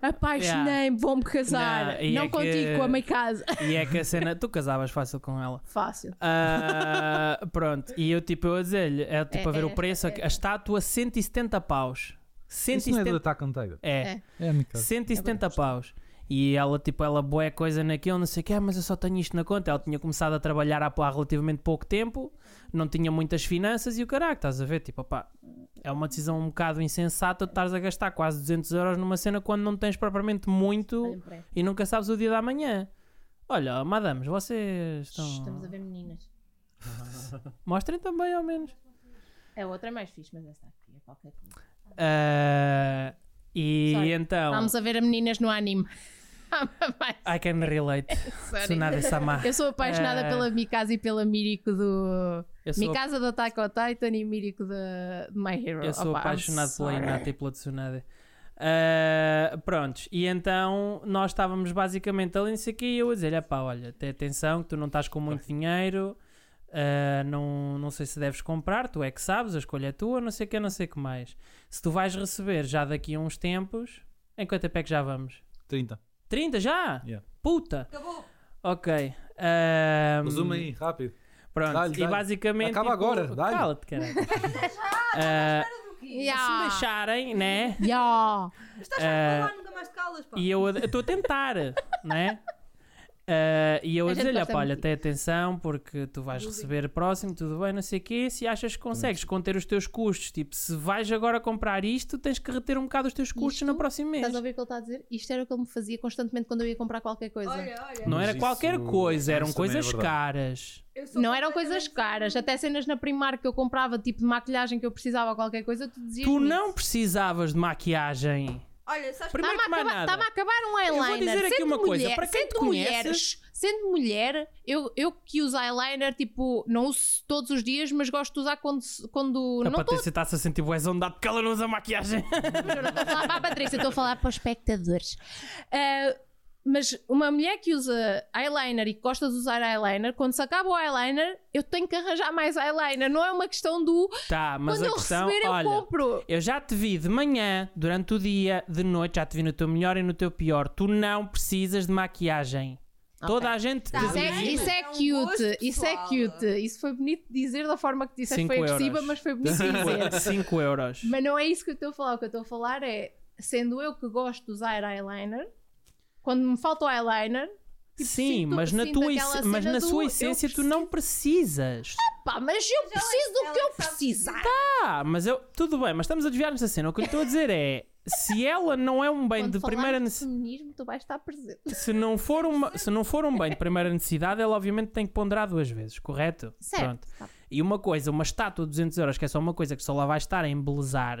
Apaixonei-me, vou-me casar. Não, e Não, é que- contigo, com a minha casa. [LAUGHS] E é que a cena. Tu casavas fácil com ela. Fácil. [LAUGHS] Ah, pronto, e eu tipo, eu a dizer-lhe, é tipo a É, ver é, o preço, a estátua 170 paus. Isso não é do 170 Attack on Tiger. é, É. É, amigo. 170 paus. E ela, tipo, ela boé coisa naquilo, não sei o que, mas eu só tenho isto na conta. Ela tinha começado a trabalhar há, pô, há relativamente pouco tempo, não tinha muitas finanças e o caraca, estás a ver? Tipo, opá, é uma decisão um bocado insensata de estares a gastar quase 200 euros numa cena quando não tens propriamente muito e nunca sabes o dia da manhã. Olha, ó, madames, vocês estão. Estamos a ver meninas. Mostrem também, ao menos. A outra é mais fixe, mas esta aqui é qualquer coisa. Então. Ah, e Sorry. então. Estamos a ver a meninas no anime. [LAUGHS] I can relate. Sorry. Tsunade Sama. Eu sou apaixonada Eh. pela Mikasa e pela Miriko do. Eu sou, Mikasa do Attack on Titan e Miriko da- de My Hero. eu sou Opa, I'm apaixonado pela sorry. Inata e pela Tsunade. Ah, prontos, e então nós estávamos basicamente ali nisso aqui e eu a dizer: pá, olha, tem atenção que tu não estás com muito dinheiro, ah, não, não sei se deves comprar, tu é que sabes, a escolha é tua, não sei o que, não sei o que mais. Se tu vais receber já daqui a uns tempos, em quanto tempo é que já vamos? 30. 30 já? Yeah. Puta! Acabou! Ok. ah, Resume aí, rápido. Pronto, Dá-lhe, e dá-lhe. basicamente. Acaba agora, dá-lhe. Cala-te, caralho. Ah, se me Yeah. deixarem, né? Yeah. Estás a falar, nunca mais te calas, pá. Ah, E eu a- eu estou a [LAUGHS] tentar, né? Ah, e eu A a gente dizer-lhe, gosta "Opa, olha, muito tem atenção porque tu vais receber próximo, tudo bem, não sei o quê. Se achas que consegues conter os teus custos, tipo, se vais agora comprar isto, tens que reter um bocado os teus custos Isto? no próximo mês. Estás a ouvir o que ele está a dizer? Isto era o que ele me fazia constantemente quando eu ia comprar qualquer coisa. Olha, olha. Não Mas era isso- qualquer coisa, eram isso também é coisas verdade. caras. eu sou Não eram coisas completamente- caras, até cenas na Primark que eu comprava, tipo de maquilhagem que eu precisava, qualquer coisa, tu dizias. Tu não precisavas de maquiagem. Olha, sabes Primeiro Está-me a, que mais acabar- nada. está-me a acabar um vou eyeliner. dizer aqui Sendo uma coisa, para quem sendo te conhece- mulheres, sendo mulher, eu, eu que uso eyeliner, tipo, não uso todos os dias, mas gosto de usar quando, se- quando A não estou Patrícia está-se a sentir bué zondado porque ela não usa maquiagem. a falar para a Patrícia, estou a falar para os espectadores. Ah, mas uma mulher que usa eyeliner e que gosta de usar eyeliner, quando se acaba o eyeliner, eu tenho que arranjar mais eyeliner. Não é uma questão do Tá, mas quando a eu questão, receber eu olha, compro. Eu já te vi de manhã, durante o dia, de noite, já te vi no teu melhor e no teu pior. Tu não precisas de maquiagem. Toda a gente Tá te Isso é, diz. isso é É um cute, gosto isso é pessoal. cute. Isso foi bonito de dizer da forma que disseste, Cinco foi agressiva, euros. mas [LAUGHS] foi bonito de dizer. 5 euros. mas não é isso que eu estou a falar. O que eu estou a falar é, sendo eu que gosto de usar eyeliner, quando me falta o eyeliner, Sim, tipo, sinto- mas na, sinto tua, aquela ess- mas cena na do sua eu essência tu não precisas. pá, mas eu é ela- preciso do ela que eu sabe que precisar. Ah, mas eu. Tudo bem, mas estamos a desviar-nos da cena. O que eu estou a dizer é. Se ela não é um bem Quando de primeira falarmos de necessidade. feminismo, tu vais estar presente. Se não, for uma, se não for um bem de primeira necessidade, ela obviamente tem que ponderar duas vezes, correto? Certo. tá. Pronto. E uma coisa, uma estátua de 200 euros, que é só uma coisa que só lá vai estar a embelezar.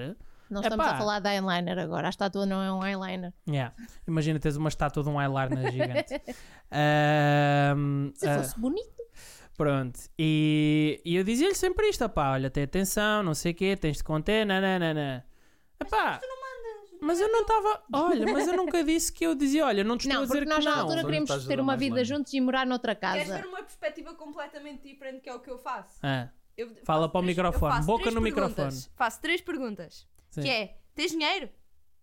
Não Epá. estamos a falar de eyeliner agora. A estátua não é um eyeliner. Yeah. Imagina teres uma estátua de um [LAUGHS] eyeliner gigante. Ahm, Se ah, fosse bonito, pronto. E, e eu dizia-lhe sempre isto: pá, olha, tem atenção, não sei o quê, tens de conter, nananana. Epá, mas eu não estava. Olha, mas eu nunca disse que eu dizia: olha, não te estou não, a dizer porque que nós na não. um- altura Só não queremos estás a ter dar uma mais vida longe. juntos e morar noutra Queres casa. ver uma perspectiva completamente diferente que é o que eu faço? Ah, Eu Fala faço para o três- microfone, eu faço boca três no perguntas. microfone. Faço três perguntas. Sim. Que é, tens dinheiro?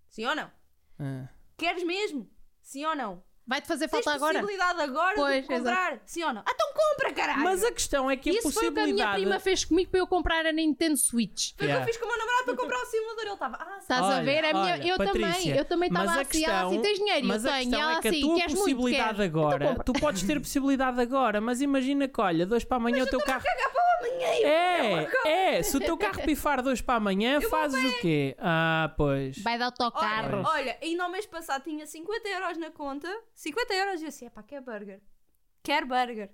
Sim ou não? ah. Queres mesmo? Sim ou não? Vai-te fazer Tens falta agora? possibilidade agora Pois, de comprar? Sim ou não? Ah, então compra, caralho! Mas a questão é que a Isso foi o que a minha possibilidade. prima fez comigo para eu comprar a Nintendo Switch. Foi o Yeah. Tá. que eu fiz com o meu namorado para comprar o simulador. Ele estava, ah, sim. Estás a Olha, ver? A minha, olha, eu Patrícia, também. Eu também mas estava a assim. Ela assim, questão- tens dinheiro? Mas eu a tenho. questão ela é que a assim, tua queres Então muito? possibilidade Queres. agora, tu podes ter possibilidade agora, mas imagina que, olha, dois para amanhã o teu carro. É, é, se o teu carro pifar dois para amanhã, fazes o quê? Ah, pois. Vai de autocarro. Olha, olha, ainda no mês passado tinha 50 euros na conta. 50 euros. E eu assim, é pá, quer burger? Quer burger?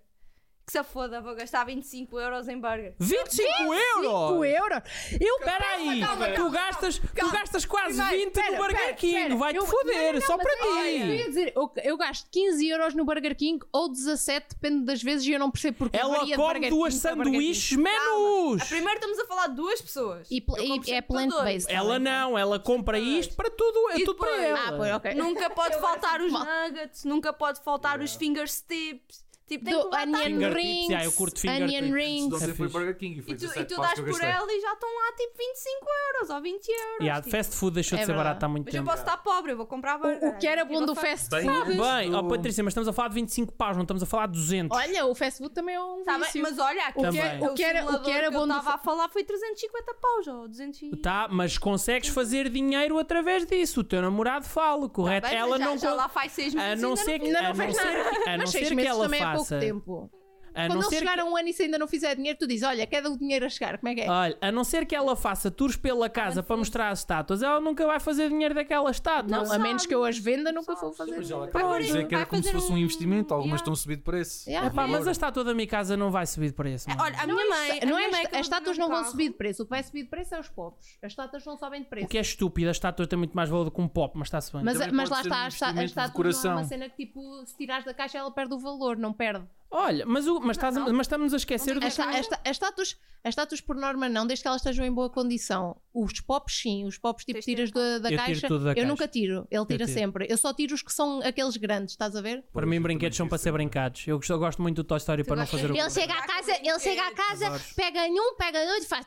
Que se foda, vou gastar 25 euros em burger. 25 euros! euro? Eu Espera aí, Calma, calma, tu calma, gastas, tu gastas quase Primeiro, 20 pera, no Burger pera, King, pera. vai-te Eu- não, não, foder, não, só mas para olha, Eu ia ti! dizer, eu, eu gasto 15 euros no Burger King ou 17, depende das vezes, e eu não percebo porque. varia Ela de come Burger duas King para Burger King. sanduíches A menus! primeiro estamos a falar de duas pessoas. E pl- Eu como e- sempre é para dois. plant-based. Ela não, ela compra isto para tudo, é E tudo para depois? é. ela. [LAUGHS] Ah, pois, Ah, ok. Nunca pode faltar os nuggets, nunca pode faltar os finger tips. Tipo, tem que Do levar onion Finger tips, rings, yeah, eu curto finger onion tips. Se não rings. sei, Então, foi fixe. Burger King e foi E tu, e 17 tu paus dás que eu por gastei. ela e já estão lá tipo 25 euros ou 20 euros. Yeah, tipo. fast food deixou de É ser verdade. barato há muito Mas eu tempo. posso estar pobre, eu vou comprar burger. O, o que era bom do Tipo, fast Bem, food. Bem, ó Do- Patrícia, mas estamos a falar de 25 paus, não estamos a falar de 200. Olha, o fast food também é um Tá bem, vício. mas olha, aqui, que é- o que era- o que era bom eu do estava fa- a falar foi 350 paus ou 200 e... Tá, mas consegues fazer dinheiro através disso. O teu namorado fala, Tá correto? bem, ela mas já, não já con- lá faz 6 meses a não ainda ser que Ainda não a não faz ser que- a não Mas seis ser que meses ela também é pouco faça tempo. a não Quando ele ser chegar que- a um ano e se ainda não fizer dinheiro, tu dizes: Olha, queda o dinheiro a chegar, como é que é? Olha, a não ser que ela faça tours pela casa para mostrar as estátuas, ela nunca vai fazer dinheiro daquela estátua. não, a sabe. menos que eu as venda, nunca Sabe. vou fazer. Mas dinheiro. ela acabou por de aí, dizer que era vai como se fazer fosse um um- investimento. Algumas Yeah. estão a subir de preço. Yeah. Epá, mas Valor. a estátua da minha casa não vai subir de preço. É, mano. Olha, a minha mãe... a Não minha é, esta- mãe acabou as de estátuas ver um não vão carro. subir de preço. O que vai subir de preço é os pobres. As estátuas não sobem de preço. o que é estúpido, a estátua tem muito mais valor do que um pop, mas está-se bem. Mas, Também mas pode lá ser está, um a esta- a investimento de estátua não é uma coração. cena que tipo, se tirares da caixa ela perde o valor, não perde. Olha, mas, o, mas, estás, mas estamos a esquecer do. As esta- as esta- as estátuas, as estátuas por norma não, desde que elas estejam em boa condição. Os pops sim, os pops tipo Tens de tiras da, da Eu tiro caixa. tudo da eu caixa. nunca tiro, ele tira tiro. sempre. Eu só tiro os que são aqueles grandes, estás a ver? Para mim, Eu brinquedos são também para ser disse, brincados. Eu gosto, eu gosto muito do Toy Story para não gostas fazer o. dele? Ele chega à casa, ele chega à casa, pega em um, pega em outro e faz.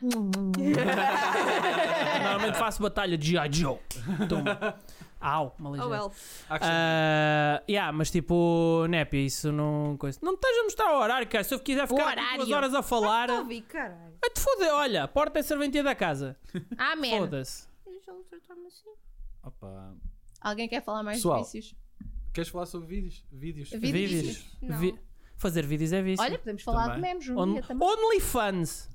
Normalmente faço batalha de G.I. [LAUGHS] Joe. Toma. Au, uma Oh, ligeira. well. Action. Ah, yeah, mas tipo, Nepi, isso não. Coisa. Não me estás a mostrar o horário, cara. Se eu quiser ficar aqui horário. Ah, duas horas a falar. Não vi, caralho. Vai te foder, olha, a porta é serventia da casa. Amém. Foda-se. é. Eu já o tratar-me assim. Opa. Alguém quer falar mais de Pessoal. vícios? Queres falar sobre vídeos? Vídeos. Vídeos. Vídeos. Não. Vi- Fazer vídeos é vício. Olha, podemos falar Também. de memes um On... dia também. OnlyFans.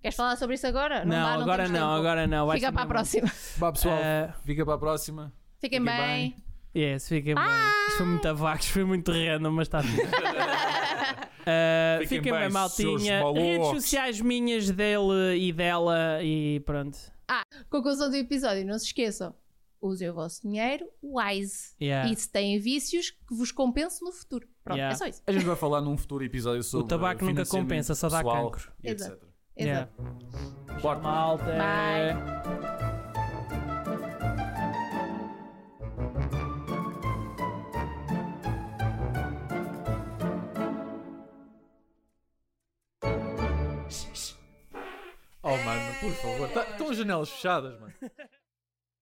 Queres falar sobre isso agora? Não, dá, agora temos não, tempo. agora não. vai Fica ser para a mesmo. próxima. Vá pessoal, Eh, fica para a próxima. Fiquem Fiquem bem. bem. Yes, fiquem Ah! bem. Isto foi muito a vago, isto foi muito random, mas está [LAUGHS] tudo. Ah, Fiquem fiquem bem, bem, maltinha. seus Redes malucos. sociais minhas dele e dela e pronto. Conclusão do episódio, não se esqueçam. Usem o vosso dinheiro, wise. Yeah. E se têm vícios, que vos compense no futuro. Pronto, É. Yeah. é só isso. A gente vai falar num futuro episódio sobre tabaco nunca financiamento compensa, só dá pessoal cancro. e Exato. etc. Exato. Yeah. Bora. Malta. Bye. Oh mano, por favor. Tá- Estão as janelas fechadas, mano.